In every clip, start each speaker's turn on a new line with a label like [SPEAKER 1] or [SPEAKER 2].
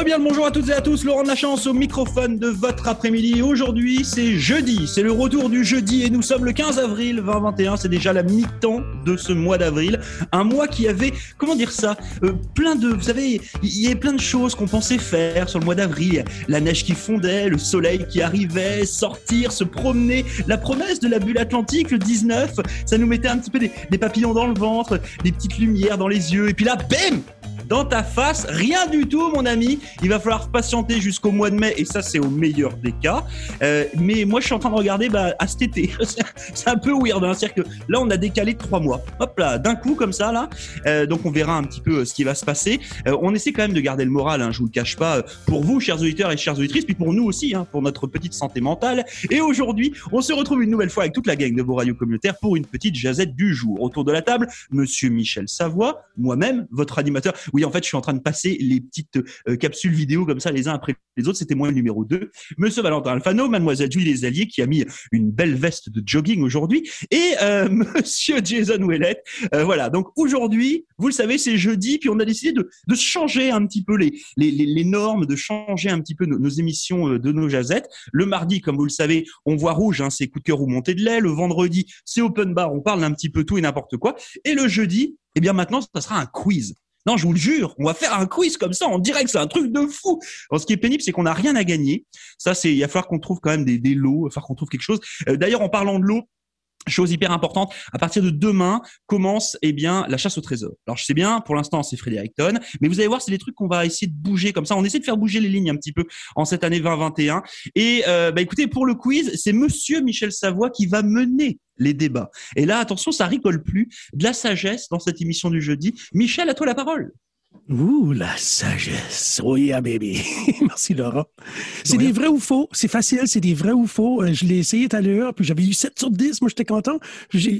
[SPEAKER 1] Eh bien le bonjour à toutes et à tous, Laurent de la Chance au microphone de votre après-midi. Aujourd'hui c'est jeudi, c'est le retour du jeudi et nous sommes le 15 avril 2021, c'est déjà la mi-temps de ce mois d'avril. Un mois qui avait, comment dire ça, euh, plein de, vous savez, il y avait plein de choses qu'on pensait faire sur le mois d'avril. La neige qui fondait, le soleil qui arrivait, sortir, se promener, la promesse de la bulle atlantique le 19, ça nous mettait un petit peu des, des papillons dans le ventre, des petites lumières dans les yeux et puis là, bam dans ta face. Rien du tout, mon ami. Il va falloir patienter jusqu'au mois de mai, et ça, c'est au meilleur des cas. Euh, mais moi, je suis en train de regarder bah, à cet été. c'est un peu weird, hein. c'est-à-dire que là, on a décalé de trois mois. Hop là, d'un coup, comme ça, là. Euh, donc, on verra un petit peu euh, ce qui va se passer. on essaie quand même de garder le moral, hein, je vous le cache pas, pour vous, chers auditeurs et chères auditrices, puis pour nous aussi, hein, pour notre petite santé mentale. Et aujourd'hui, on se retrouve une nouvelle fois avec toute la gang de vos radios communautaires pour une petite jazette du jour. Autour de la table, monsieur Michel Savoie, moi-même, votre animateur. Oui, en fait, je suis en train de passer les petites euh, capsules vidéo comme ça, les uns après les autres. C'était moi le numéro 2. Monsieur Valentin Alfano, mademoiselle Julie Les Alliés, qui a mis une belle veste de jogging aujourd'hui, et euh, monsieur Jason Ouellet. Euh, voilà, donc aujourd'hui, vous le savez, c'est jeudi, puis on a décidé de, de changer un petit peu les, les, les, les normes, de changer un petit peu nos, nos émissions euh, de nos jazettes. Le mardi, comme vous le savez, on voit rouge, hein, c'est coup de cœur ou montée de lait. Le vendredi, c'est open bar, on parle un petit peu tout et n'importe quoi. Et le jeudi, eh bien maintenant, ça sera un quiz. Non, je vous le jure, on va faire un quiz comme ça en direct, c'est un truc de fou. Alors, ce qui est pénible, c'est qu'on n'a rien à gagner. Ça, c'est, il va falloir qu'on trouve quand même des, des lots, il va falloir qu'on trouve quelque chose. Euh, D'ailleurs, en parlant de lots, Chose hyper importante, à partir de demain commence eh bien la chasse au trésor. Alors je sais bien, pour l'instant c'est Frédéric Ton, mais vous allez voir, c'est des trucs qu'on va essayer de bouger comme ça. On essaie de faire bouger les lignes un petit peu en cette année 2021. Et euh, bah écoutez, pour le quiz, c'est Monsieur Michel Savoie qui va mener les débats. Et là, attention, ça rigole plus. De la sagesse dans cette émission du jeudi. Michel, à toi la parole.
[SPEAKER 2] Ouh, la sagesse. Oh yeah, baby. Merci, Laurent. C'est des vrais ou faux. C'est facile, c'est des vrais ou faux. Euh, Je l'ai essayé tout à l'heure, puis j'avais eu 7 sur 10. Moi, j'étais content.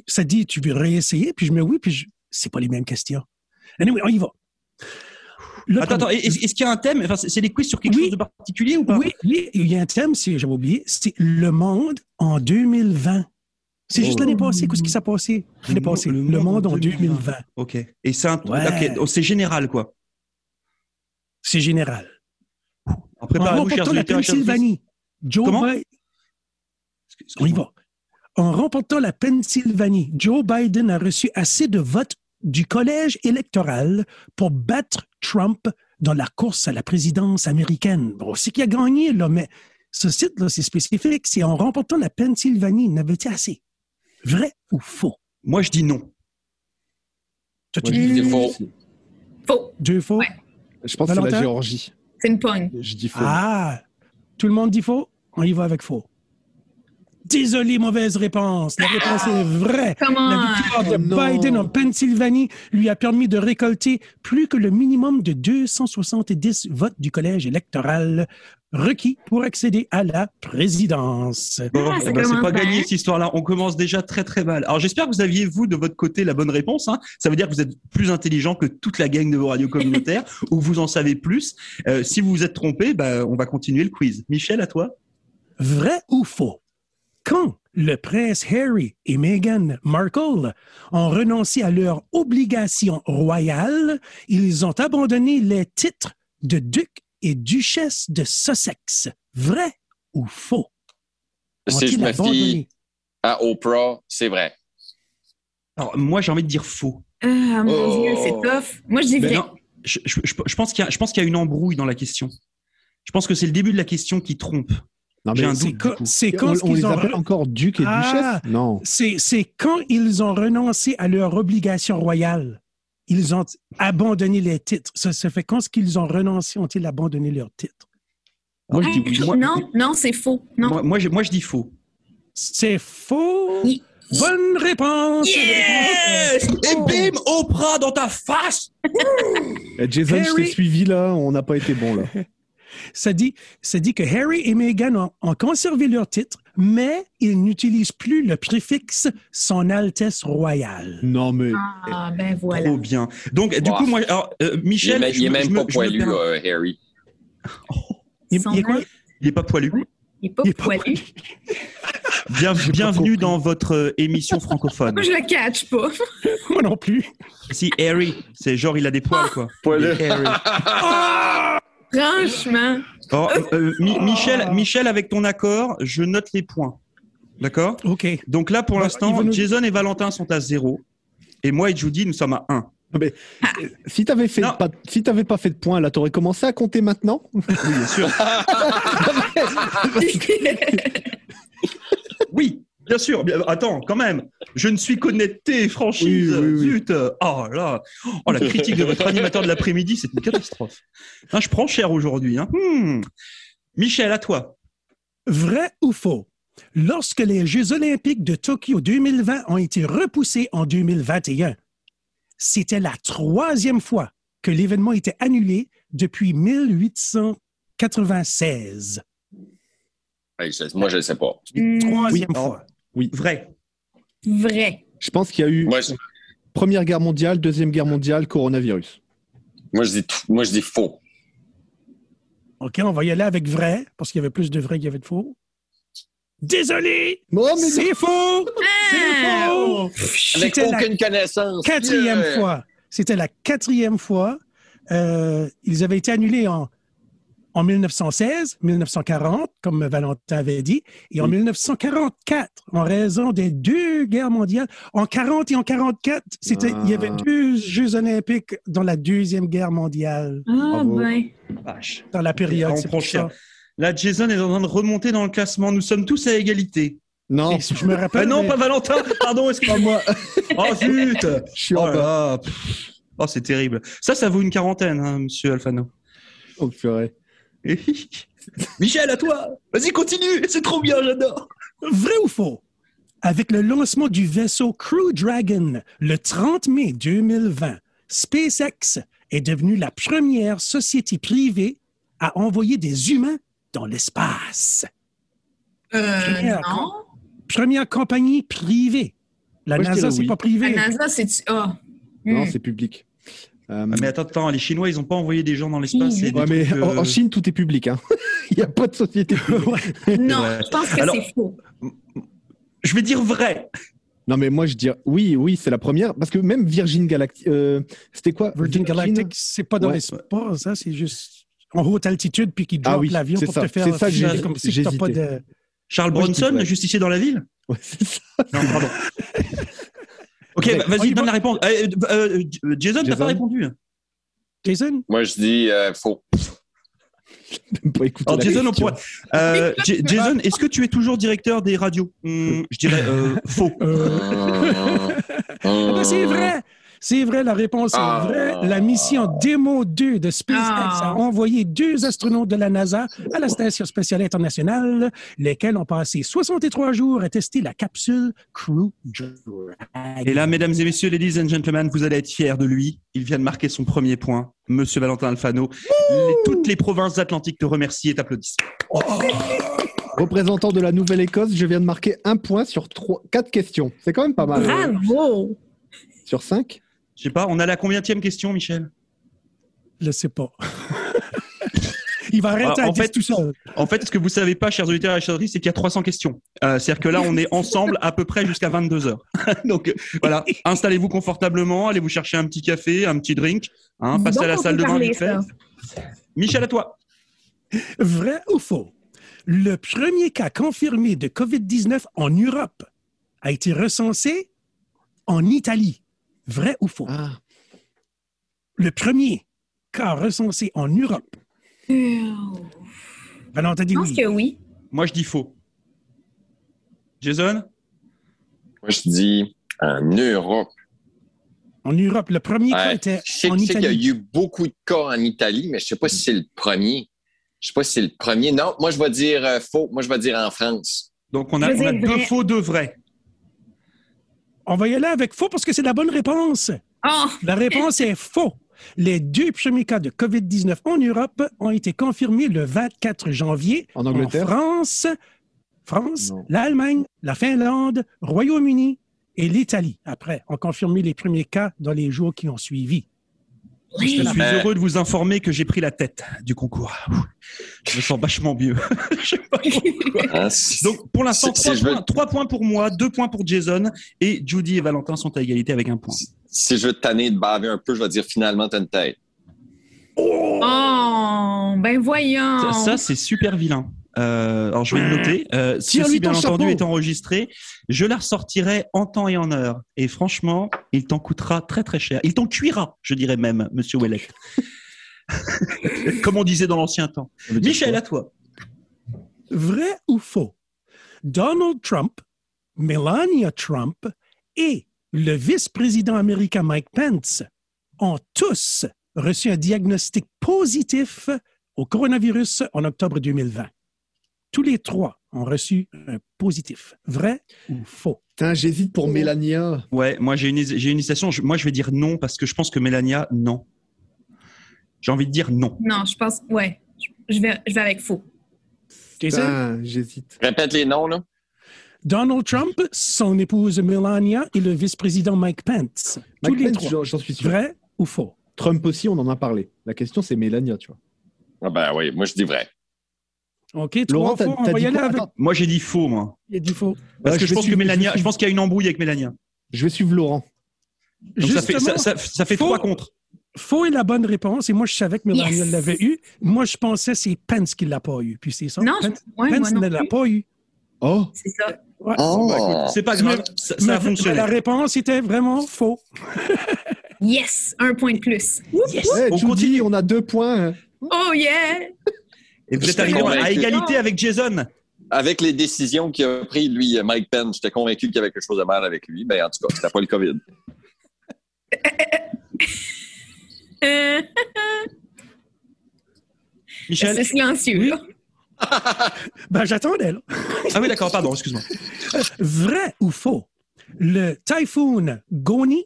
[SPEAKER 2] Ça dit, tu veux réessayer? Puis je me oui, puis je... c'est pas les mêmes questions. Anyway, on y va.
[SPEAKER 1] Le attends, premier... attends. Est-ce qu'il y a un thème? Enfin, c'est des quiz sur quelque oui. chose de particulier ou pas?
[SPEAKER 2] Oui, oui, il y a un thème, j'avais oublié. C'est le monde en 2020. C'est juste oh. l'année passée. Qu'est-ce qui s'est passé L'année passée. Le, le monde, monde en 2020. 2020.
[SPEAKER 1] OK. Et c'est un... ouais. okay. C'est général, quoi.
[SPEAKER 2] C'est général.
[SPEAKER 1] En préparez-vous, chers
[SPEAKER 2] la Pennsylvanie. Joe Comment? Biden... On y va. En remportant la Pennsylvanie, Joe Biden a reçu assez de votes du collège électoral pour battre Trump dans la course à la présidence américaine. Bon, c'est qu'il a gagné, là, mais ce site-là, c'est spécifique. C'est en remportant la Pennsylvanie, il n'avait assez. Vrai ou faux?
[SPEAKER 1] Moi, je dis non.
[SPEAKER 3] Toi, tu dis
[SPEAKER 4] faux. Faux.
[SPEAKER 2] Deux faux? Ouais.
[SPEAKER 3] Je pense Valentin? que c'est la Géorgie.
[SPEAKER 4] C'est une pogne.
[SPEAKER 3] Je dis faux.
[SPEAKER 2] Ah! Tout le monde dit faux? On y va avec faux. Désolé, mauvaise réponse. La réponse ah! est vraie.
[SPEAKER 4] Comment?
[SPEAKER 2] La victoire de oh, Biden en Pennsylvanie lui a permis de récolter plus que le minimum de 270 votes du collège électoral requis pour accéder à la présidence.
[SPEAKER 1] Bon, ah, ben c'est pas gagné cette histoire-là. On commence déjà très très mal. Alors j'espère que vous aviez vous de votre côté la bonne réponse. Hein. Ça veut dire que vous êtes plus intelligent que toute la gang de vos radios communautaires ou vous en savez plus. Euh, si vous vous êtes trompé, bah, on va continuer le quiz. Michel, à toi.
[SPEAKER 2] Vrai ou faux Quand le prince Harry et Meghan Markle ont renoncé à leur obligation royale, ils ont abandonné les titres de duc et duchesse de Sussex. Vrai ou faux?
[SPEAKER 3] Si je me fie à Oprah, c'est vrai.
[SPEAKER 1] Alors, moi, j'ai envie de dire faux.
[SPEAKER 4] Ah, euh, mon oh. Dieu, c'est tough. Moi, je dis vrai.
[SPEAKER 1] Ben Non, je, je, je, pense qu'il y, qu y, a une embrouille dans la question. Je pense que c'est le début de la question qui trompe. J'ai un doute.
[SPEAKER 2] C'est
[SPEAKER 3] quand
[SPEAKER 2] on,
[SPEAKER 3] on les ont... appelle encore duc et ah, duchesse? Non.
[SPEAKER 2] C'est quand ils ont renoncé à leur obligation royale ils ont abandonné les titres. Ça se fait quand ce qu'ils ont renoncé, ont-ils abandonné leurs titres?
[SPEAKER 4] Moi, je dis, moi, Ah, non, non, c'est faux. Non.
[SPEAKER 1] Moi, moi, je, moi, je dis faux.
[SPEAKER 2] C'est faux. Oui. Bonne réponse.
[SPEAKER 1] Yes!
[SPEAKER 4] Oh.
[SPEAKER 1] réponse. Et bim, Oprah dans ta face.
[SPEAKER 3] Jason, Harry... je t'ai suivi là, on n'a pas été bon là.
[SPEAKER 2] ça, dit, ça dit que Harry et Meghan ont, ont conservé leur titre, mais ils n'utilisent plus le préfixe Son Altesse Royale.
[SPEAKER 3] Non, mais.
[SPEAKER 4] Ah, ben voilà.
[SPEAKER 1] Trop bien. Donc, du wow. coup, moi, alors, euh, Michel.
[SPEAKER 3] Il est, il est même pas poilu, euh, Harry.
[SPEAKER 2] Oh. Il, il, est quoi?
[SPEAKER 1] il est pas poilu.
[SPEAKER 4] Il est pas il poilu. Est pas poilu.
[SPEAKER 1] bien, bienvenue dans votre euh, émission francophone.
[SPEAKER 4] Moi, je le catch pas.
[SPEAKER 2] moi non plus.
[SPEAKER 1] Si, Harry, c'est genre, il a des poils, quoi.
[SPEAKER 3] Poilu.
[SPEAKER 1] Harry.
[SPEAKER 4] Franchement.
[SPEAKER 1] Bon, euh, Mi- Michel, Michel, avec ton accord, je note les points. D'accord
[SPEAKER 2] OK.
[SPEAKER 1] Donc là, pour
[SPEAKER 2] Ouais, il
[SPEAKER 5] Bah,
[SPEAKER 1] l'instant,
[SPEAKER 2] veut nous-
[SPEAKER 1] Jason et Valentin sont à 0. Et moi et Judy, nous sommes à 1.
[SPEAKER 5] Si t'avais fait
[SPEAKER 1] Non.
[SPEAKER 5] pas, si t'avais pas fait de points, là, t'aurais commencé à compter maintenant.
[SPEAKER 1] Oui, bien sûr. Oui, bien sûr. Bien- Attends, quand même. Je ne suis qu'honnêteté et franchise.
[SPEAKER 5] Oui, oui, oui.
[SPEAKER 1] Zut. Oh là. Oh, la critique de votre animateur de l'après-midi, c'est une catastrophe. Hein, je prends cher aujourd'hui. hein. Hmm. Michel, à toi.
[SPEAKER 2] Vrai ou faux? Lorsque les Jeux olympiques de Tokyo 2020 ont été repoussés en 2021, c'était la troisième fois que l'événement était annulé depuis 1896.
[SPEAKER 3] Hey, je- moi, je le sais pas.
[SPEAKER 4] Hmm,
[SPEAKER 2] Troisième
[SPEAKER 5] Oui.
[SPEAKER 2] fois.
[SPEAKER 1] Vrai.
[SPEAKER 4] Vrai.
[SPEAKER 5] Je pense qu'il y a eu
[SPEAKER 3] Moi, je,
[SPEAKER 5] Première Guerre mondiale, Deuxième Guerre mondiale, coronavirus.
[SPEAKER 3] moi, je dis, tout- moi, je dis faux.
[SPEAKER 2] OK, on va y aller avec vrai, parce qu'il y avait plus de vrai qu'il y avait de faux. Désolé!
[SPEAKER 5] Oh, mais non.
[SPEAKER 2] C'est faux! C'est
[SPEAKER 4] Ah,
[SPEAKER 2] faux!
[SPEAKER 3] Avec
[SPEAKER 2] C'était la
[SPEAKER 3] aucune connaissance.
[SPEAKER 2] quatrième
[SPEAKER 3] Yeah.
[SPEAKER 2] fois. C'était la quatrième fois. Euh, ils avaient été annulés en, en 1916, 1940, comme Valentin avait dit, et en 1944, en raison des deux guerres mondiales. En 40 et en 44, c'était, il y avait
[SPEAKER 5] Ah.
[SPEAKER 2] deux Jeux olympiques dans la Deuxième Guerre mondiale,
[SPEAKER 4] Ah,
[SPEAKER 5] Bravo.
[SPEAKER 4] ben.
[SPEAKER 1] Vache.
[SPEAKER 2] dans la période.
[SPEAKER 1] on
[SPEAKER 2] c'est
[SPEAKER 1] prend
[SPEAKER 2] pour ça.
[SPEAKER 1] Là, Jason est en train de remonter dans le classement. Nous sommes tous à égalité.
[SPEAKER 5] Non,
[SPEAKER 2] Et si je me
[SPEAKER 1] Ah
[SPEAKER 2] rappelle,
[SPEAKER 1] non,
[SPEAKER 2] mais-
[SPEAKER 1] pas Valentin. Pardon,
[SPEAKER 5] pas
[SPEAKER 1] excuse-moi.
[SPEAKER 5] moi.
[SPEAKER 1] Oh zut.
[SPEAKER 5] Je suis
[SPEAKER 1] Oh
[SPEAKER 5] en
[SPEAKER 1] là
[SPEAKER 5] bas.
[SPEAKER 1] là. Pff. Oh, c'est terrible. Ça, ça vaut une quarantaine, hein, monsieur Alfano.
[SPEAKER 5] Oh, purée.
[SPEAKER 1] Michel, à toi. Vas-y, continue. C'est trop bien, j'adore.
[SPEAKER 2] Vrai ou faux? Avec le lancement du vaisseau Crew Dragon le 30 mai 2020, SpaceX est devenue la première société privée à envoyer des humains dans l'espace.
[SPEAKER 4] Euh,
[SPEAKER 2] Première
[SPEAKER 4] non.
[SPEAKER 2] Première compagnie privée. La
[SPEAKER 5] Moi, je
[SPEAKER 2] NASA,
[SPEAKER 5] dirais
[SPEAKER 2] c'est
[SPEAKER 5] oui.
[SPEAKER 2] pas
[SPEAKER 4] La
[SPEAKER 2] privé.
[SPEAKER 4] NASA, c'est... Ah.
[SPEAKER 5] Non,
[SPEAKER 4] Hmm.
[SPEAKER 5] c'est public. Euh,
[SPEAKER 1] mais attends, attends, les Chinois, ils ont pas envoyé des gens dans l'espace. c'est des
[SPEAKER 5] ouais, mais
[SPEAKER 1] trucs, euh,
[SPEAKER 5] en, en Chine, tout est public. hein. Il n'y a pas de société. publique.
[SPEAKER 4] Non,
[SPEAKER 1] Ouais.
[SPEAKER 4] je pense que
[SPEAKER 1] Alors-
[SPEAKER 4] c'est faux.
[SPEAKER 1] Je vais dire vrai.
[SPEAKER 5] Non, mais moi, je dirais oui, oui, c'est la première. Parce que même Virgin Galactic. euh, C'était quoi
[SPEAKER 2] Virgin Galactic, c'est pas dans
[SPEAKER 5] Ouais.
[SPEAKER 2] l'espace, hein, c'est juste en haute altitude puis qui drop
[SPEAKER 5] Ah oui,
[SPEAKER 2] l'avion
[SPEAKER 5] c'est
[SPEAKER 2] pour
[SPEAKER 5] ça,
[SPEAKER 2] te faire
[SPEAKER 5] c'est ça que
[SPEAKER 2] filer
[SPEAKER 1] j'ai-
[SPEAKER 2] comme si t'as
[SPEAKER 5] j'hésitais.
[SPEAKER 2] pas de...
[SPEAKER 1] Charles
[SPEAKER 5] Moi, je dis
[SPEAKER 1] Bronson,
[SPEAKER 5] vrai.
[SPEAKER 1] le justicier dans la ville
[SPEAKER 5] Ouais, c'est ça.
[SPEAKER 1] Non, pardon. ok,
[SPEAKER 5] Ouais.
[SPEAKER 1] bah,
[SPEAKER 2] Oh,
[SPEAKER 1] vas-y,
[SPEAKER 2] il
[SPEAKER 1] donne
[SPEAKER 2] va-
[SPEAKER 1] la réponse. Euh, euh, euh, J- Jason, t'as
[SPEAKER 5] Jason
[SPEAKER 1] pas répondu.
[SPEAKER 2] Jason?
[SPEAKER 3] Moi, je dis euh, faux.
[SPEAKER 5] Même pas écouter
[SPEAKER 1] Alors,
[SPEAKER 5] la
[SPEAKER 1] Jason, on
[SPEAKER 5] question.
[SPEAKER 1] pourrait- Euh, J- Jason, est-ce que tu es toujours directeur des radios Hum, Je dirais euh, faux.
[SPEAKER 2] Euh,
[SPEAKER 3] Hum,
[SPEAKER 2] Ah ben, c'est vrai! C'est vrai, la réponse est
[SPEAKER 3] Ah.
[SPEAKER 2] vraie. La mission Demo 2 de SpaceX
[SPEAKER 4] Ah.
[SPEAKER 2] a envoyé deux astronautes de la NASA à la Station spatiale internationale, lesquels ont passé 63 jours à tester la capsule Crew Dragon.
[SPEAKER 1] Et là, mesdames et messieurs, ladies and gentlemen, vous allez être fiers de lui. Il vient de marquer son premier point. Monsieur Valentin Alfano, Les- toutes les provinces atlantiques te remercient et t'applaudissent.
[SPEAKER 5] Représentant de la Nouvelle-Écosse, je viens de marquer un point sur trois, quatre questions. C'est quand même pas mal. hein.
[SPEAKER 4] Bravo!
[SPEAKER 5] Sur cinq
[SPEAKER 1] Je sais pas, on a la combienième question, Michel
[SPEAKER 2] Je sais pas. Il va arrêter
[SPEAKER 1] Ah,
[SPEAKER 2] à
[SPEAKER 1] en
[SPEAKER 2] dire
[SPEAKER 1] fait-
[SPEAKER 2] tout seul.
[SPEAKER 1] En fait, ce que vous savez pas, chers auditeurs et chers auditrices, c'est qu'il y a 300 questions. Euh, C'est-à-dire que là, on est ensemble à peu près jusqu'à 22 heures. Donc euh, voilà, installez-vous confortablement, allez vous chercher un petit café, un petit drink, hein,
[SPEAKER 4] Dis
[SPEAKER 1] passez
[SPEAKER 4] donc
[SPEAKER 1] à la
[SPEAKER 4] qu'on
[SPEAKER 1] salle
[SPEAKER 4] peut
[SPEAKER 1] de bain
[SPEAKER 4] parler,
[SPEAKER 1] vite fait.
[SPEAKER 4] ça.
[SPEAKER 1] Michel, à toi.
[SPEAKER 2] Vrai ou faux? Le premier cas confirmé de COVID-19 en Europe a été recensé en Italie. Vrai ou faux?
[SPEAKER 5] Ah,
[SPEAKER 2] Le premier cas recensé en Europe
[SPEAKER 4] Je
[SPEAKER 2] Valentin dit
[SPEAKER 4] pense
[SPEAKER 2] oui.
[SPEAKER 4] que oui.
[SPEAKER 1] Moi, je dis faux. Jason
[SPEAKER 3] hum. Moi, je dis euh, en Europe.
[SPEAKER 2] En Europe, le premier cas
[SPEAKER 3] Ouais.
[SPEAKER 2] était
[SPEAKER 3] Je sais,
[SPEAKER 2] en
[SPEAKER 3] je sais qu'il y a
[SPEAKER 2] Italie.
[SPEAKER 3] eu beaucoup de cas en Italie, mais je sais pas si c'est le premier. Je sais pas si c'est le premier. Non, moi, je vais dire euh, faux. Moi, je vais dire en France.
[SPEAKER 1] Donc on a,
[SPEAKER 4] Je
[SPEAKER 1] on a
[SPEAKER 4] dis
[SPEAKER 1] deux
[SPEAKER 4] vrai.
[SPEAKER 1] faux, deux vrais.
[SPEAKER 2] On va y aller avec faux parce que c'est la bonne réponse.
[SPEAKER 4] Oh,
[SPEAKER 2] La réponse est faux. Les deux premiers cas de COVID-19 en Europe ont été confirmés le 24 janvier
[SPEAKER 5] En Angleterre?
[SPEAKER 2] France, France,
[SPEAKER 5] Non.
[SPEAKER 2] l'Allemagne, la Finlande, Royaume-Uni et l'Italie. Après, ont confirmé les premiers cas dans les jours qui ont suivi.
[SPEAKER 1] Je
[SPEAKER 4] oui.
[SPEAKER 1] suis
[SPEAKER 3] Euh.
[SPEAKER 1] heureux de vous informer que j'ai pris la tête du concours. Ouh, Je me sens vachement mieux. Je sais pas pourquoi.
[SPEAKER 3] Hein, c'est-
[SPEAKER 1] Donc pour l'instant,
[SPEAKER 3] Si- si
[SPEAKER 1] trois,
[SPEAKER 3] je veux-
[SPEAKER 1] points- trois points pour moi, deux points pour Jason et Judy et Valentin sont à égalité avec un point.
[SPEAKER 3] si je veux te tanner de baver un peu, je vais dire finalement, t'as une tête.
[SPEAKER 4] Oh, ben
[SPEAKER 1] Ça,
[SPEAKER 4] voyons.
[SPEAKER 1] ça, c'est super vilain. Euh, alors, je vais le noter. Euh,
[SPEAKER 5] Tire-lui
[SPEAKER 1] ceci,
[SPEAKER 5] Ah. ton
[SPEAKER 1] bien entendu,
[SPEAKER 5] chapeau.
[SPEAKER 1] est enregistré. Je la ressortirai en temps et en heure. Et franchement, il t'en coûtera très très cher. Il t'en cuira, je dirais même, monsieur Ouellet. Comme on disait dans l'ancien temps. Michel, à toi.
[SPEAKER 2] Vrai ou faux? Donald Trump, Melania Trump et le vice-président américain Mike Pence ont tous reçu un diagnostic positif au coronavirus en octobre 2020. Tous les trois ont reçu un positif. Vrai ou faux?
[SPEAKER 5] Putain, j'hésite pour Mélania.
[SPEAKER 1] Ouais, moi j'ai une, j'ai une hésitation. Je- moi je vais dire non parce que je pense que Mélania, non. J'ai envie de dire non.
[SPEAKER 4] Non, je pense, ouais. Je- Je vais, je vais avec faux.
[SPEAKER 2] T'es sûr?
[SPEAKER 5] Putain, j'hésite.
[SPEAKER 3] Répète les noms, là.
[SPEAKER 2] Donald Trump, son épouse Melania et le vice-président Mike Pence. Tous
[SPEAKER 5] Mike
[SPEAKER 2] les
[SPEAKER 5] Pence,
[SPEAKER 2] trois.
[SPEAKER 5] j'en- J'en suis sûr.
[SPEAKER 2] Vrai ou faux?
[SPEAKER 5] Trump aussi, on en a parlé. La question, c'est Mélania, tu vois.
[SPEAKER 3] Ah ben oui, moi je dis vrai.
[SPEAKER 2] OK,
[SPEAKER 5] Laurent,
[SPEAKER 2] trois
[SPEAKER 5] t'as
[SPEAKER 2] faux. On
[SPEAKER 5] t'as
[SPEAKER 2] va y
[SPEAKER 5] dit
[SPEAKER 2] aller
[SPEAKER 5] quoi
[SPEAKER 2] avec...
[SPEAKER 5] Attends,
[SPEAKER 1] Moi j'ai dit faux, moi.
[SPEAKER 2] Il y a du faux.
[SPEAKER 1] Parce
[SPEAKER 5] Euh,
[SPEAKER 1] que
[SPEAKER 5] je
[SPEAKER 1] je
[SPEAKER 5] vais
[SPEAKER 1] pense que
[SPEAKER 5] suivre-
[SPEAKER 1] Mélania,
[SPEAKER 5] je vais
[SPEAKER 1] je pense qu'il y a une embrouille avec Mélania.
[SPEAKER 5] Je vais suivre Laurent.
[SPEAKER 1] Donc, ça fait,
[SPEAKER 2] Justement,
[SPEAKER 1] ça, ça- ça fait
[SPEAKER 2] Faux.
[SPEAKER 1] trois contre.
[SPEAKER 2] faux est la bonne réponse. Et moi, je savais que Mélanie
[SPEAKER 4] Yes.
[SPEAKER 2] l'avait eu. Moi, je pensais que c'est Pence qui ne l'a pas eu. Puis c'est ça.
[SPEAKER 4] Non, je-
[SPEAKER 2] Pence,
[SPEAKER 4] ouais, moi
[SPEAKER 2] Pence
[SPEAKER 4] non
[SPEAKER 2] ne l'a
[SPEAKER 4] plus.
[SPEAKER 2] pas eu.
[SPEAKER 5] Oh,
[SPEAKER 4] C'est ça.
[SPEAKER 2] Ouais.
[SPEAKER 3] Oh.
[SPEAKER 1] bah, C'est pas grave, ça, ça a
[SPEAKER 2] Mais- mais
[SPEAKER 1] fonctionné.
[SPEAKER 2] La réponse était vraiment faux.
[SPEAKER 4] Yes, un point de plus. Whoop, whoop.
[SPEAKER 5] ouais,
[SPEAKER 1] on
[SPEAKER 5] eh, Judy,
[SPEAKER 1] continue.
[SPEAKER 5] on a deux points. hein.
[SPEAKER 4] Oh yeah!
[SPEAKER 1] Et vous
[SPEAKER 3] Je
[SPEAKER 1] êtes
[SPEAKER 3] suis
[SPEAKER 1] arrivé à
[SPEAKER 3] convaincu.
[SPEAKER 1] égalité avec Jason.
[SPEAKER 3] Avec les décisions qu'il a pris, lui, Mike Penn, j'étais convaincu qu'il y avait quelque chose de mal avec lui. Ben, en tout cas, c'était pas le COVID.
[SPEAKER 4] Euh,
[SPEAKER 1] Michel.
[SPEAKER 4] c'est silencieux, là.
[SPEAKER 2] Ben, j'attendais, là.
[SPEAKER 1] Ah oui, d'accord, pardon, excuse-moi.
[SPEAKER 2] Vrai ou faux? Le typhoon Goni,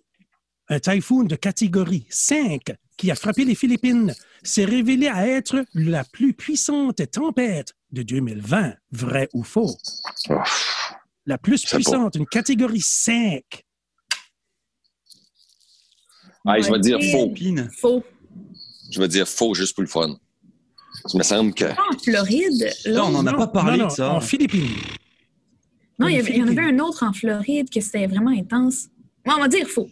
[SPEAKER 2] un typhoon de catégorie 5 qui a frappé les Philippines, s'est révélé à être la plus puissante tempête de 2020. Vrai ou faux? La plus
[SPEAKER 3] C'est
[SPEAKER 2] puissante, une catégorie 5.
[SPEAKER 3] Ah, je vais dire faux.
[SPEAKER 1] Pine.
[SPEAKER 4] Faux.
[SPEAKER 3] Je vais dire faux juste pour le fun. Il me semble que.
[SPEAKER 4] Pas Ah, en Floride. là.
[SPEAKER 1] Non, on n'en a pas parlé
[SPEAKER 2] non, non,
[SPEAKER 1] de ça.
[SPEAKER 2] En Philippines.
[SPEAKER 4] Non, il y,
[SPEAKER 2] les
[SPEAKER 4] avait- il y en avait
[SPEAKER 2] Philippines.
[SPEAKER 4] un autre en Floride que c'était vraiment intense. Moi, on va dire faux.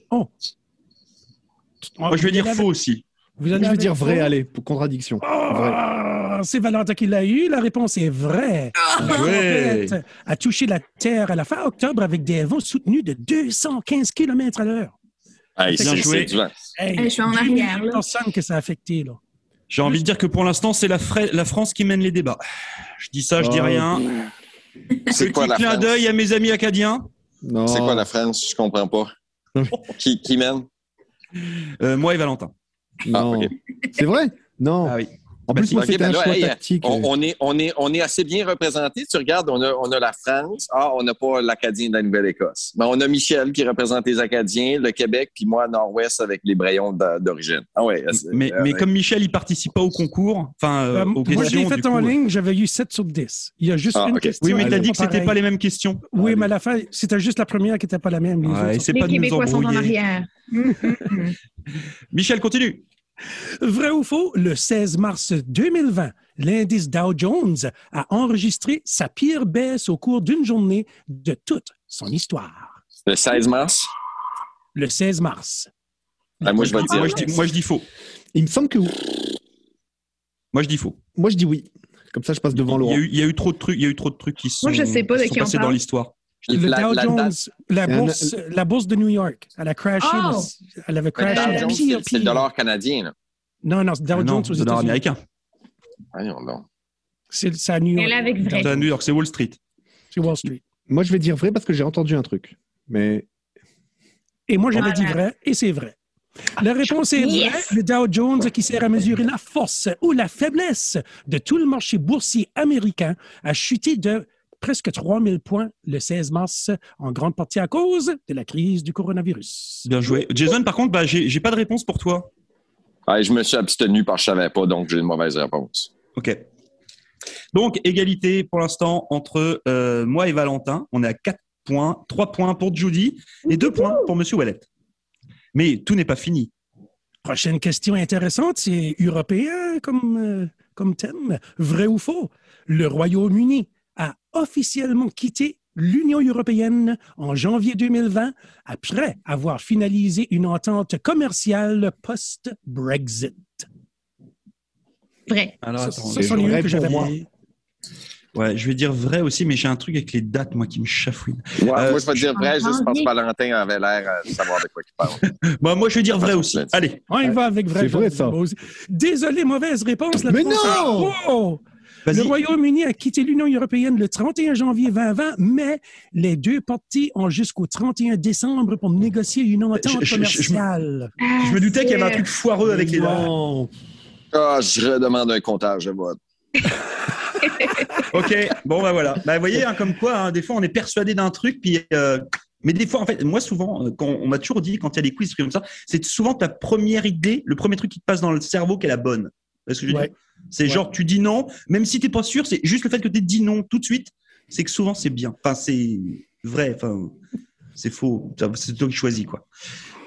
[SPEAKER 1] Moi, je vais dire faux aussi.
[SPEAKER 2] Vous
[SPEAKER 5] Moi,
[SPEAKER 2] allez
[SPEAKER 5] je vais
[SPEAKER 2] avec
[SPEAKER 5] dire vrai,
[SPEAKER 2] faux?
[SPEAKER 5] allez, pour contradiction.
[SPEAKER 2] Ah, c'est Valentin qui l'a eu. La réponse est vraie. La
[SPEAKER 1] Ah. Ouais.
[SPEAKER 2] tempête a touché la Terre à la fin octobre avec des vents soutenus de 215 km à l'heure.
[SPEAKER 3] Hey,
[SPEAKER 1] Bien
[SPEAKER 3] c'est
[SPEAKER 1] joué.
[SPEAKER 3] c'est dur.
[SPEAKER 2] Hey,
[SPEAKER 4] Hey, je suis en arrière,
[SPEAKER 2] mille
[SPEAKER 4] là.
[SPEAKER 2] personnes que ça a affecté. Là.
[SPEAKER 1] J'ai envie de dire que pour l'instant, c'est la, fra- la France qui mène les débats. Je dis ça, je dis
[SPEAKER 5] Oh.
[SPEAKER 1] rien.
[SPEAKER 3] C'est quoi
[SPEAKER 1] Petit
[SPEAKER 3] la
[SPEAKER 1] clin
[SPEAKER 3] France?
[SPEAKER 1] d'œil à mes amis acadiens.
[SPEAKER 5] Non.
[SPEAKER 3] C'est quoi la France? Je comprends pas. qui, qui mène?
[SPEAKER 1] Euh, moi et Valentin.
[SPEAKER 5] Non.
[SPEAKER 3] Ah,
[SPEAKER 5] C'est vrai
[SPEAKER 2] Oh.
[SPEAKER 5] Non.
[SPEAKER 1] Ah oui.
[SPEAKER 5] En
[SPEAKER 1] Bah,
[SPEAKER 5] plus,
[SPEAKER 1] si.
[SPEAKER 5] moi,
[SPEAKER 3] Ok,
[SPEAKER 5] c'était
[SPEAKER 3] ben
[SPEAKER 5] un
[SPEAKER 3] là,
[SPEAKER 5] choix
[SPEAKER 3] hey,
[SPEAKER 5] tactique.
[SPEAKER 3] On, on est, on, est, on est assez bien représenté. Tu regardes, on a, on a la France. Ah, on n'a pas l'Acadien de la Nouvelle-Écosse. Mais on a Michel qui représente les Acadiens, le Québec, puis moi, Nord-Ouest, avec les Brayons d'a- d'origine. Ah ouais. c'est-
[SPEAKER 1] Mais,
[SPEAKER 3] euh,
[SPEAKER 1] mais
[SPEAKER 3] ouais.
[SPEAKER 1] comme Michel, il participe pas au concours, enfin, euh,
[SPEAKER 2] Euh,
[SPEAKER 1] aux
[SPEAKER 2] moi, je
[SPEAKER 1] questions.
[SPEAKER 2] l'ai
[SPEAKER 1] du
[SPEAKER 2] fait
[SPEAKER 1] coup,
[SPEAKER 2] en
[SPEAKER 1] euh,
[SPEAKER 2] ligne, j'avais eu 7 sur 10. Il y a juste
[SPEAKER 3] Ah,
[SPEAKER 2] une
[SPEAKER 3] ok.
[SPEAKER 2] question.
[SPEAKER 1] Oui, mais t'as
[SPEAKER 5] Ouais,
[SPEAKER 1] dit que c'était
[SPEAKER 2] pareil.
[SPEAKER 1] pas les mêmes questions.
[SPEAKER 2] Oui, mais à la fin, c'était juste la première qui n'était pas la même. les
[SPEAKER 1] Ouais,
[SPEAKER 2] autres
[SPEAKER 1] c'est
[SPEAKER 4] Les
[SPEAKER 1] pas de nous
[SPEAKER 4] Québécois sont en
[SPEAKER 1] embrouiller.
[SPEAKER 4] arrière. Hum, hum, hum.
[SPEAKER 1] Michel, continue.
[SPEAKER 2] Vrai ou faux, le 16 mars 2020, l'indice Dow Jones a enregistré sa pire baisse au cours d'une journée de toute son histoire.
[SPEAKER 3] Le 16 mars?
[SPEAKER 2] Le 16 mars.
[SPEAKER 3] Ah, moi, je vais dire.
[SPEAKER 1] Moi, je dis, moi, je dis faux.
[SPEAKER 5] Il me semble que.
[SPEAKER 1] Moi, je dis faux.
[SPEAKER 5] Moi, je dis oui. Comme ça, je passe devant
[SPEAKER 1] Il y,
[SPEAKER 5] Laurent.
[SPEAKER 1] a eu, il y a eu trop de trucs, il y a eu trop de trucs qui sont,
[SPEAKER 4] Moi, je sais pas
[SPEAKER 1] qui
[SPEAKER 4] de
[SPEAKER 1] sont
[SPEAKER 4] qui on
[SPEAKER 1] passés dans
[SPEAKER 4] parle.
[SPEAKER 1] l'histoire.
[SPEAKER 2] Le
[SPEAKER 3] la-
[SPEAKER 2] Dow
[SPEAKER 3] la
[SPEAKER 2] Jones,
[SPEAKER 3] date-
[SPEAKER 2] la
[SPEAKER 5] Il y en a-
[SPEAKER 2] bourse, la bourse de New York, elle a crashé.
[SPEAKER 4] Oh!
[SPEAKER 2] le- Elle avait
[SPEAKER 3] le
[SPEAKER 2] crashé.
[SPEAKER 3] Dow
[SPEAKER 2] la
[SPEAKER 3] Jones,
[SPEAKER 2] pire,
[SPEAKER 3] c'est- c'est le
[SPEAKER 2] pire.
[SPEAKER 3] dollar canadien. Là.
[SPEAKER 2] Non, non, c'est Dow
[SPEAKER 1] Ah
[SPEAKER 2] Jones
[SPEAKER 1] non,
[SPEAKER 2] aux
[SPEAKER 1] le dollar
[SPEAKER 2] États-Unis.
[SPEAKER 1] américain.
[SPEAKER 3] Voyons donc.
[SPEAKER 2] C'est c'est à New
[SPEAKER 4] Mais là,
[SPEAKER 2] York.
[SPEAKER 4] avec vrai.
[SPEAKER 1] C'est à New York, c'est Wall Street.
[SPEAKER 2] C'est Wall Street.
[SPEAKER 5] Moi, je vais dire vrai parce que j'ai entendu un truc. Mais
[SPEAKER 2] Et moi, j'avais
[SPEAKER 4] Voilà. Ah,
[SPEAKER 2] dit vrai, et c'est vrai. La réponse est vraie.
[SPEAKER 4] Yes.
[SPEAKER 2] Le Dow Jones, qui sert à mesurer la force ou la faiblesse de tout le marché boursier américain, a chuté de presque 3000 points le 16 mars, en grande partie à cause de la crise du coronavirus.
[SPEAKER 1] Bien joué. Jason, par contre, bah, j'ai j'ai pas de réponse pour toi.
[SPEAKER 3] Ah, je me suis abstenu parce que je savais pas, donc j'ai une mauvaise réponse.
[SPEAKER 1] Ok. Donc, égalité pour l'instant entre euh, moi et Valentin. On est à 4 points, 3 points pour Judy et 2 points pour Monsieur Wallet. Mais tout n'est pas fini.
[SPEAKER 2] Prochaine question intéressante, c'est européen comme, euh, comme thème. Vrai ou faux? Le Royaume-Uni a officiellement quitté l'Union européenne en janvier 2020 après avoir finalisé une entente commerciale post-Brexit.
[SPEAKER 4] Vrai.
[SPEAKER 1] Alors,
[SPEAKER 2] Ça,
[SPEAKER 1] attends,
[SPEAKER 2] ça,
[SPEAKER 1] je
[SPEAKER 2] c'en est une
[SPEAKER 1] vais
[SPEAKER 2] que j'avais
[SPEAKER 1] dire- Ouais, je vais dire vrai aussi, mais j'ai un truc avec les dates, moi, qui me chafouine.
[SPEAKER 3] Ouais,
[SPEAKER 1] Euh,
[SPEAKER 3] moi, je vais te dire vrai,
[SPEAKER 4] je
[SPEAKER 3] juste parce que
[SPEAKER 4] comprends
[SPEAKER 3] Valentin avait l'air euh, de savoir de quoi il parle.
[SPEAKER 1] Bah, moi, je vais dire vrai
[SPEAKER 3] Ah,
[SPEAKER 1] aussi.
[SPEAKER 3] c'est-
[SPEAKER 1] Allez.
[SPEAKER 2] On y va avec vrai.
[SPEAKER 5] C'est vrai, ça.
[SPEAKER 2] Désolé, mauvaise réponse. La
[SPEAKER 5] Mais
[SPEAKER 2] réponse est
[SPEAKER 5] non!
[SPEAKER 2] faux.
[SPEAKER 1] Vas-y.
[SPEAKER 2] Le Royaume-Uni a quitté l'Union européenne le 31 janvier 2020, mais les deux parties ont jusqu'au 31 décembre pour négocier une entente
[SPEAKER 1] je- je- je-
[SPEAKER 2] commerciale.
[SPEAKER 1] Je me
[SPEAKER 4] Ah,
[SPEAKER 1] doutais qu'il y avait un truc foireux avec les dates.
[SPEAKER 2] Non.
[SPEAKER 3] Ah, je redemande un comptage de vote.
[SPEAKER 1] Ok, bon, bah voilà. Bah, vous voyez, hein, comme quoi, hein, des fois, on est persuadé d'un truc, puis. euh, Mais des fois, en fait, moi, souvent, euh, quand on m'a toujours dit, quand il y a des quiz comme ça, c'est souvent ta première idée, le premier truc qui te passe dans le cerveau qui est la bonne. Est-ce que je veux
[SPEAKER 2] Ouais.
[SPEAKER 1] dire C'est
[SPEAKER 2] Ouais.
[SPEAKER 1] genre, tu dis non, même si t'es pas sûr, c'est juste le fait que tu dis non tout de suite, c'est que souvent, c'est bien. Enfin, c'est vrai, enfin, c'est faux. C'est toi qui choisis, quoi.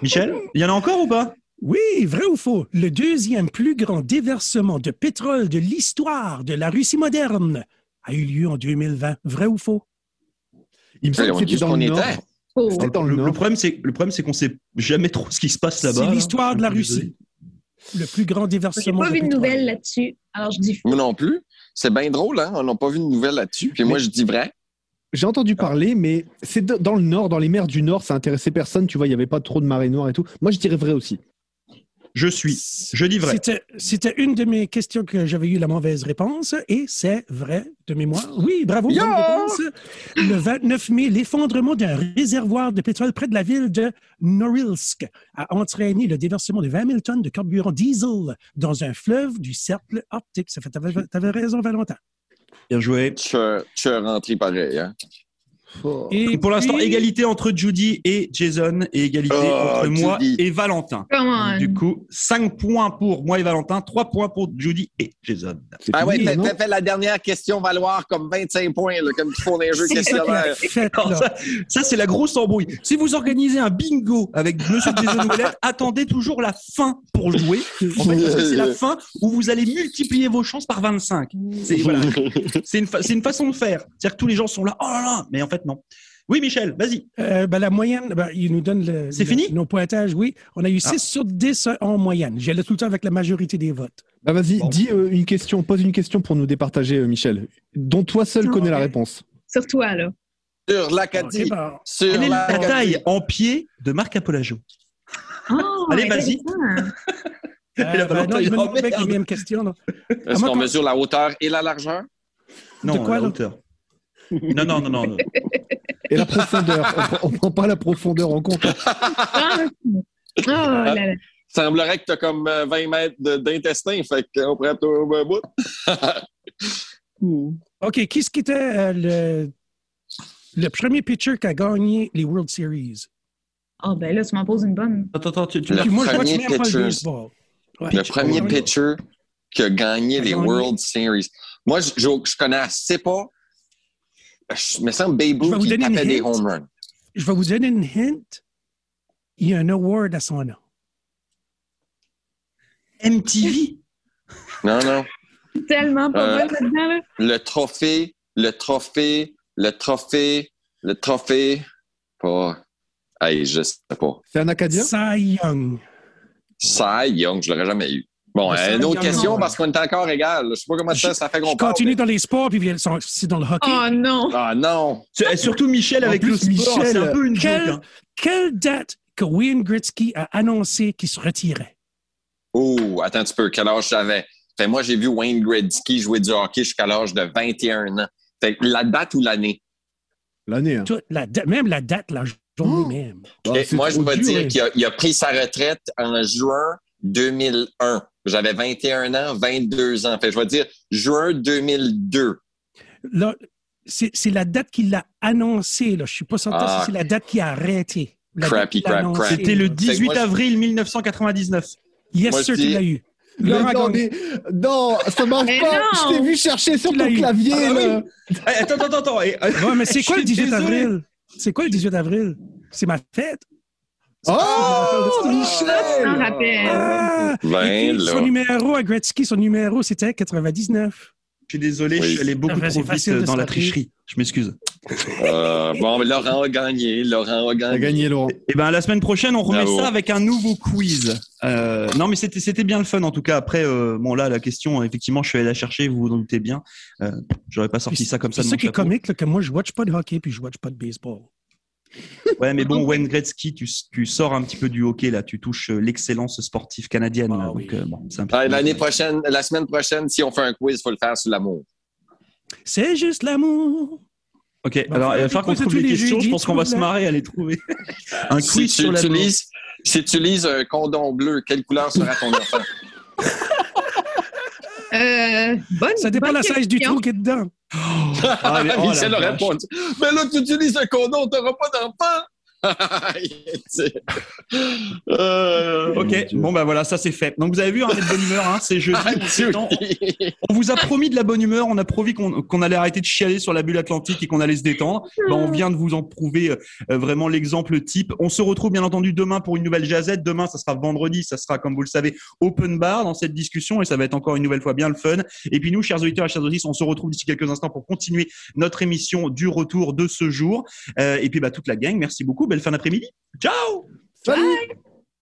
[SPEAKER 1] Michel, il y en a encore ou pas
[SPEAKER 2] Oui, vrai ou faux? Le deuxième plus grand déversement de pétrole de l'histoire de la Russie moderne a eu lieu en 2020. Vrai ou faux?
[SPEAKER 5] Il me semble
[SPEAKER 3] Allez,
[SPEAKER 5] que
[SPEAKER 3] on
[SPEAKER 5] c'était
[SPEAKER 3] dit ce
[SPEAKER 5] dans
[SPEAKER 3] qu'on
[SPEAKER 5] le Nord.
[SPEAKER 3] était.
[SPEAKER 4] Oh.
[SPEAKER 5] C'était dans
[SPEAKER 1] le,
[SPEAKER 5] le
[SPEAKER 1] le
[SPEAKER 5] Nord.
[SPEAKER 1] problème, c'est le problème, c'est qu'on sait jamais trop ce qui se passe là-bas. hein.
[SPEAKER 2] C'est l'histoire de la
[SPEAKER 1] Je suis
[SPEAKER 2] Russie.
[SPEAKER 1] désolé.
[SPEAKER 2] Le plus grand
[SPEAKER 4] J'ai
[SPEAKER 2] déversement
[SPEAKER 4] pas
[SPEAKER 2] de
[SPEAKER 4] vu de
[SPEAKER 2] pétrole.
[SPEAKER 4] nouvelles là-dessus. Alors, je dis faux.
[SPEAKER 3] Moi non plus. C'est bien drôle, hein? On n'a pas vu de nouvelles là-dessus. Puis moi, je dis vrai.
[SPEAKER 5] J'ai entendu
[SPEAKER 3] Ah.
[SPEAKER 5] parler, mais c'est d- dans le Nord, dans les mers du Nord, ça intéressait personne. Tu vois, il n'y avait pas trop de marée noire et tout. Moi, je dirais vrai aussi.
[SPEAKER 1] Je suis. Je dis vrai.
[SPEAKER 2] C'était- C'était une de mes questions que j'avais eu la mauvaise réponse et c'est vrai de mémoire. Oui, bravo. bonne
[SPEAKER 3] Yo!
[SPEAKER 2] réponse. Le 29 mai, l'effondrement d'un réservoir de pétrole près de la ville de Norilsk a entraîné le déversement de 20 000 tonnes de carburant diesel dans un fleuve du cercle arctique. Ça fait, t'avais, t'avais raison, Valentin.
[SPEAKER 1] Bien joué.
[SPEAKER 3] Je je suis rentré pareil. Hein?
[SPEAKER 2] Et
[SPEAKER 1] pour l'instant,
[SPEAKER 2] puis-
[SPEAKER 1] égalité entre Judy et Jason et égalité
[SPEAKER 3] Oh,
[SPEAKER 1] entre moi
[SPEAKER 3] Judy.
[SPEAKER 1] et Valentin.
[SPEAKER 4] Come
[SPEAKER 1] Donc,
[SPEAKER 4] on.
[SPEAKER 1] Du coup, 5 points pour moi et Valentin, 3 points pour Judy et Jason.
[SPEAKER 5] C'est
[SPEAKER 3] Ah ouais,
[SPEAKER 5] fini,
[SPEAKER 3] t'as
[SPEAKER 5] non
[SPEAKER 3] t'as fait la dernière question valoir comme 25 points, là, comme ils font dans les jeux
[SPEAKER 2] C'est ça qu'il a
[SPEAKER 3] questionnaires.
[SPEAKER 2] fait,
[SPEAKER 1] Alors,
[SPEAKER 2] là.
[SPEAKER 1] ça, ça, c'est la grosse embrouille. Si vous organisez un bingo avec Monsieur Jason Ouellet, attendez toujours la fin pour jouer. En fait, parce que c'est la fin où vous allez multiplier vos chances par 25. C'est voilà. C'est une, fa- c'est une façon de faire. C'est-à-dire que tous les gens sont là, oh là là, mais en fait, non. Oui, Michel, vas-y.
[SPEAKER 2] Euh, ben, la moyenne, ben, il nous donne le-
[SPEAKER 1] C'est
[SPEAKER 2] le-
[SPEAKER 1] fini
[SPEAKER 2] nos pointages, oui. On a eu 6
[SPEAKER 1] Ah.
[SPEAKER 2] sur 10 en moyenne. J'allais tout le temps avec la majorité des votes.
[SPEAKER 5] Bah, vas-y,
[SPEAKER 1] Bon.
[SPEAKER 5] dis euh, une question, pose une question pour nous départager, euh, Michel, dont toi seul
[SPEAKER 4] Non,
[SPEAKER 5] connais la
[SPEAKER 4] ouais.
[SPEAKER 5] réponse.
[SPEAKER 4] Sur toi, là.
[SPEAKER 3] Sur
[SPEAKER 2] Ok,
[SPEAKER 3] l'Acadie.
[SPEAKER 2] ben,
[SPEAKER 3] Sur
[SPEAKER 1] Quelle est la
[SPEAKER 3] l'Acadie.
[SPEAKER 1] taille en pied de Marc Apolagio
[SPEAKER 4] Oh,
[SPEAKER 1] Allez, vas-y.
[SPEAKER 4] intéressant.
[SPEAKER 1] Ah,
[SPEAKER 2] Euh,
[SPEAKER 1] Valentin,
[SPEAKER 2] ben non, il
[SPEAKER 1] il
[SPEAKER 2] me
[SPEAKER 1] en
[SPEAKER 2] demandait
[SPEAKER 1] merde.
[SPEAKER 2] les mêmes questions. là.
[SPEAKER 3] Est-ce
[SPEAKER 2] Moi, quand-
[SPEAKER 3] qu'on mesure la hauteur et la largeur?
[SPEAKER 1] Non,
[SPEAKER 2] De quoi,
[SPEAKER 1] la
[SPEAKER 2] là
[SPEAKER 1] hauteur. Non, non, non, non. non.
[SPEAKER 5] Et la profondeur. on, prend- on prend pas la profondeur en compte.
[SPEAKER 4] Ah, oh là là.
[SPEAKER 3] Semblerait que t'as comme euh, 20 mètres de- d'intestin, fait qu'on pourrait être au au bout.
[SPEAKER 2] OK, qui ce qui était euh, le, le premier pitcher qui a gagné les World Series?
[SPEAKER 4] Ah, ben là, tu m'en poses une bonne.
[SPEAKER 1] Attends, attends, tu, tu-
[SPEAKER 3] Le
[SPEAKER 2] Puis moi, je vois que
[SPEAKER 3] premier
[SPEAKER 2] tu m'aimes pas
[SPEAKER 3] pitcher.
[SPEAKER 2] le baseball. Ouais.
[SPEAKER 3] Le premier
[SPEAKER 2] Ouais.
[SPEAKER 3] pitcher qui a gagné
[SPEAKER 2] Ah, Qui a
[SPEAKER 3] les
[SPEAKER 2] gagné.
[SPEAKER 3] World Series. Moi, je, je, je connais assez pas. Je me semble Babe
[SPEAKER 2] Je vais
[SPEAKER 3] Ruth
[SPEAKER 2] vous
[SPEAKER 3] qui
[SPEAKER 2] donner une
[SPEAKER 3] tapait des
[SPEAKER 2] hint.
[SPEAKER 3] home runs.
[SPEAKER 2] Je vais vous donner une hint. Il y a un award à son nom.
[SPEAKER 1] MTV
[SPEAKER 3] Non, non.
[SPEAKER 4] Tellement pas
[SPEAKER 3] Euh.
[SPEAKER 4] bonne là-dedans, là.
[SPEAKER 3] Le trophée, le trophée, le trophée, le trophée. Pas. Hey, je sais pas.
[SPEAKER 5] C'est un Acadien
[SPEAKER 2] Cy Young.
[SPEAKER 3] Cy Young, je l'aurais jamais eu. Bon,
[SPEAKER 2] Le Cy
[SPEAKER 3] une autre
[SPEAKER 2] Young,
[SPEAKER 3] question
[SPEAKER 2] ouais.
[SPEAKER 3] parce qu'on est encore égal. Je sais pas comment ça, ça fait
[SPEAKER 2] Je
[SPEAKER 3] qu'on parle.
[SPEAKER 2] continue dans les sports, puis ils sont- c'est dans le hockey.
[SPEAKER 4] Oh non.
[SPEAKER 3] Ah non!
[SPEAKER 1] Et Surtout Michel
[SPEAKER 5] En
[SPEAKER 1] avec
[SPEAKER 5] plus,
[SPEAKER 1] le sport,
[SPEAKER 5] Michel,
[SPEAKER 1] c'est un peu une
[SPEAKER 2] quel-
[SPEAKER 1] joke. hein.
[SPEAKER 2] Quelle date que Wayne Gretzky a annoncé qu'il se retirait?
[SPEAKER 3] Oh, attends un petit peu, quel âge j'avais? Fait, moi, j'ai vu Wayne Gretzky jouer du hockey jusqu'à l'âge de 21 ans. Fait, que la date ou l'année?
[SPEAKER 5] L'année. hein.
[SPEAKER 2] Toute la da- même la date, la journée
[SPEAKER 5] Oh.
[SPEAKER 2] même.
[SPEAKER 5] Ah,
[SPEAKER 3] Et
[SPEAKER 5] c'est
[SPEAKER 3] moi, je
[SPEAKER 5] trop
[SPEAKER 3] vais
[SPEAKER 5] dur, hein.
[SPEAKER 3] dire qu'il a, il a pris sa retraite en juin 2001. J'avais 21 ans, 22 ans. Fait, que je vais dire juin 2002.
[SPEAKER 2] Là, c'est c'est la date qu'il a annoncée. Là. Je ne suis pas certain
[SPEAKER 3] Ah.
[SPEAKER 2] si c'est la date qu'il a arrêté. La date
[SPEAKER 3] Crappy,
[SPEAKER 2] qu'il a
[SPEAKER 3] crap,
[SPEAKER 2] annoncée.
[SPEAKER 3] crap.
[SPEAKER 1] C'était le
[SPEAKER 3] que moi,
[SPEAKER 1] 18
[SPEAKER 3] je-
[SPEAKER 1] avril 1999.
[SPEAKER 2] Yes,
[SPEAKER 3] Moi, je
[SPEAKER 2] sûr,
[SPEAKER 3] dis-
[SPEAKER 2] tu l'as eu.
[SPEAKER 5] Mais
[SPEAKER 2] Laurent
[SPEAKER 5] non,
[SPEAKER 2] Gagnon.
[SPEAKER 5] mais- non, ça marche
[SPEAKER 4] Mais
[SPEAKER 5] pas.
[SPEAKER 4] non.
[SPEAKER 5] Je t'ai vu chercher sur
[SPEAKER 2] Tu l'as
[SPEAKER 5] ton
[SPEAKER 2] eu.
[SPEAKER 5] clavier.
[SPEAKER 1] Ah, bah
[SPEAKER 5] là.
[SPEAKER 1] Eh, attends, attends, attends. eh, eh,
[SPEAKER 2] Ouais, mais c'est quoi
[SPEAKER 1] Je
[SPEAKER 2] le 18
[SPEAKER 1] suis désolé.
[SPEAKER 2] avril? C'est quoi le 18 avril? C'est ma fête?
[SPEAKER 3] Ah,
[SPEAKER 1] Ah,
[SPEAKER 5] Oh,
[SPEAKER 4] Je m'en
[SPEAKER 5] Michel
[SPEAKER 1] Eh,
[SPEAKER 4] rappelle.
[SPEAKER 2] Ah! Et
[SPEAKER 3] Ben,
[SPEAKER 2] puis, son
[SPEAKER 3] là.
[SPEAKER 2] numéro à Gretzky, son numéro, c'était 99.
[SPEAKER 1] Je suis désolé,
[SPEAKER 3] Oui.
[SPEAKER 1] je suis allé beaucoup
[SPEAKER 2] Ah, c'est
[SPEAKER 1] trop vite
[SPEAKER 2] facile de
[SPEAKER 1] euh, dans
[SPEAKER 2] se
[SPEAKER 1] la
[SPEAKER 2] rappeler.
[SPEAKER 1] tricherie. Je m'excuse.
[SPEAKER 3] Euh, bon, mais Laurent a gagné. Laurent a
[SPEAKER 5] T'as
[SPEAKER 3] gagné.
[SPEAKER 5] gagné, Laurent.
[SPEAKER 1] Et ben la semaine prochaine, on remet
[SPEAKER 3] Bravo.
[SPEAKER 1] ça avec un nouveau quiz. Euh, non, mais c'était c'était bien le fun en tout cas. Après, euh, bon là, la question, euh, effectivement, je suis allé la chercher. Vous vous en doutez bien. Euh, J'aurais pas sorti
[SPEAKER 2] Puis
[SPEAKER 1] ça comme ça.
[SPEAKER 2] C'est
[SPEAKER 1] de
[SPEAKER 2] ça
[SPEAKER 1] mon
[SPEAKER 2] qui est
[SPEAKER 1] chapeau.
[SPEAKER 2] comique, là, que moi, je ne watch pas de hockey puis je ne watch pas de baseball.
[SPEAKER 1] Ouais, mais bon, Wayne Gretzky, tu, tu sors un petit peu du hockey là. Tu touches euh, l'excellence sportive canadienne.
[SPEAKER 2] Ah
[SPEAKER 1] là. donc
[SPEAKER 2] oui.
[SPEAKER 1] euh, bon, c'est un petit
[SPEAKER 3] Ouais,
[SPEAKER 1] peu-
[SPEAKER 3] Ben, L'année prochaine, la semaine prochaine, si on fait un quiz, il faut le faire sur l'amour.
[SPEAKER 2] C'est juste l'amour.
[SPEAKER 1] Ok.
[SPEAKER 2] Bon,
[SPEAKER 1] alors,
[SPEAKER 2] on
[SPEAKER 1] il va
[SPEAKER 2] va
[SPEAKER 1] falloir qu'on
[SPEAKER 2] déposer
[SPEAKER 1] trouve
[SPEAKER 2] tous
[SPEAKER 1] les
[SPEAKER 2] les
[SPEAKER 1] questions. Je
[SPEAKER 2] jeudis,
[SPEAKER 1] pense qu'on va
[SPEAKER 2] trouve-la.
[SPEAKER 1] se marrer à les trouver. un
[SPEAKER 3] Si
[SPEAKER 1] quiz
[SPEAKER 3] tu
[SPEAKER 1] sur la.
[SPEAKER 3] utilises, si tu utilises un condom bleu, quelle couleur sera ton
[SPEAKER 1] Oh,
[SPEAKER 3] enfant?
[SPEAKER 4] Euh, bonne,
[SPEAKER 2] Ça dépend
[SPEAKER 4] bonne
[SPEAKER 2] de la size du
[SPEAKER 4] question.
[SPEAKER 2] trou qui est dedans.
[SPEAKER 1] Ah, mais- oh, la
[SPEAKER 3] Michel a
[SPEAKER 1] vache.
[SPEAKER 3] répondu. Mais là, tu utilises un condom, t'auras pas d'enfant. C'est- euh...
[SPEAKER 5] Mon
[SPEAKER 1] Ok.
[SPEAKER 5] Dieu.
[SPEAKER 1] Bon, bah voilà, ça c'est fait. Donc vous avez vu, hein, on est de bonne humeur. Hein, c'est jeudi.
[SPEAKER 3] ah,
[SPEAKER 1] on
[SPEAKER 3] Dieu.
[SPEAKER 1] s'étend, On vous a promis de la bonne humeur, on a promis qu'on qu'on allait arrêter de chialer sur la bulle atlantique et qu'on allait se détendre. Ben, on vient de vous en prouver euh, vraiment l'exemple type. On se retrouve bien entendu demain pour une nouvelle jazette. Demain, ça sera vendredi, ça sera comme vous le savez open bar dans cette discussion et ça va être encore une nouvelle fois bien le fun. Et puis nous, chers auditeurs et chers auditrices, on se retrouve d'ici quelques instants pour continuer notre émission du retour de ce jour. Euh, et puis bah, toute la gang, merci beaucoup, belle fin d'après-midi. Ciao
[SPEAKER 5] Salut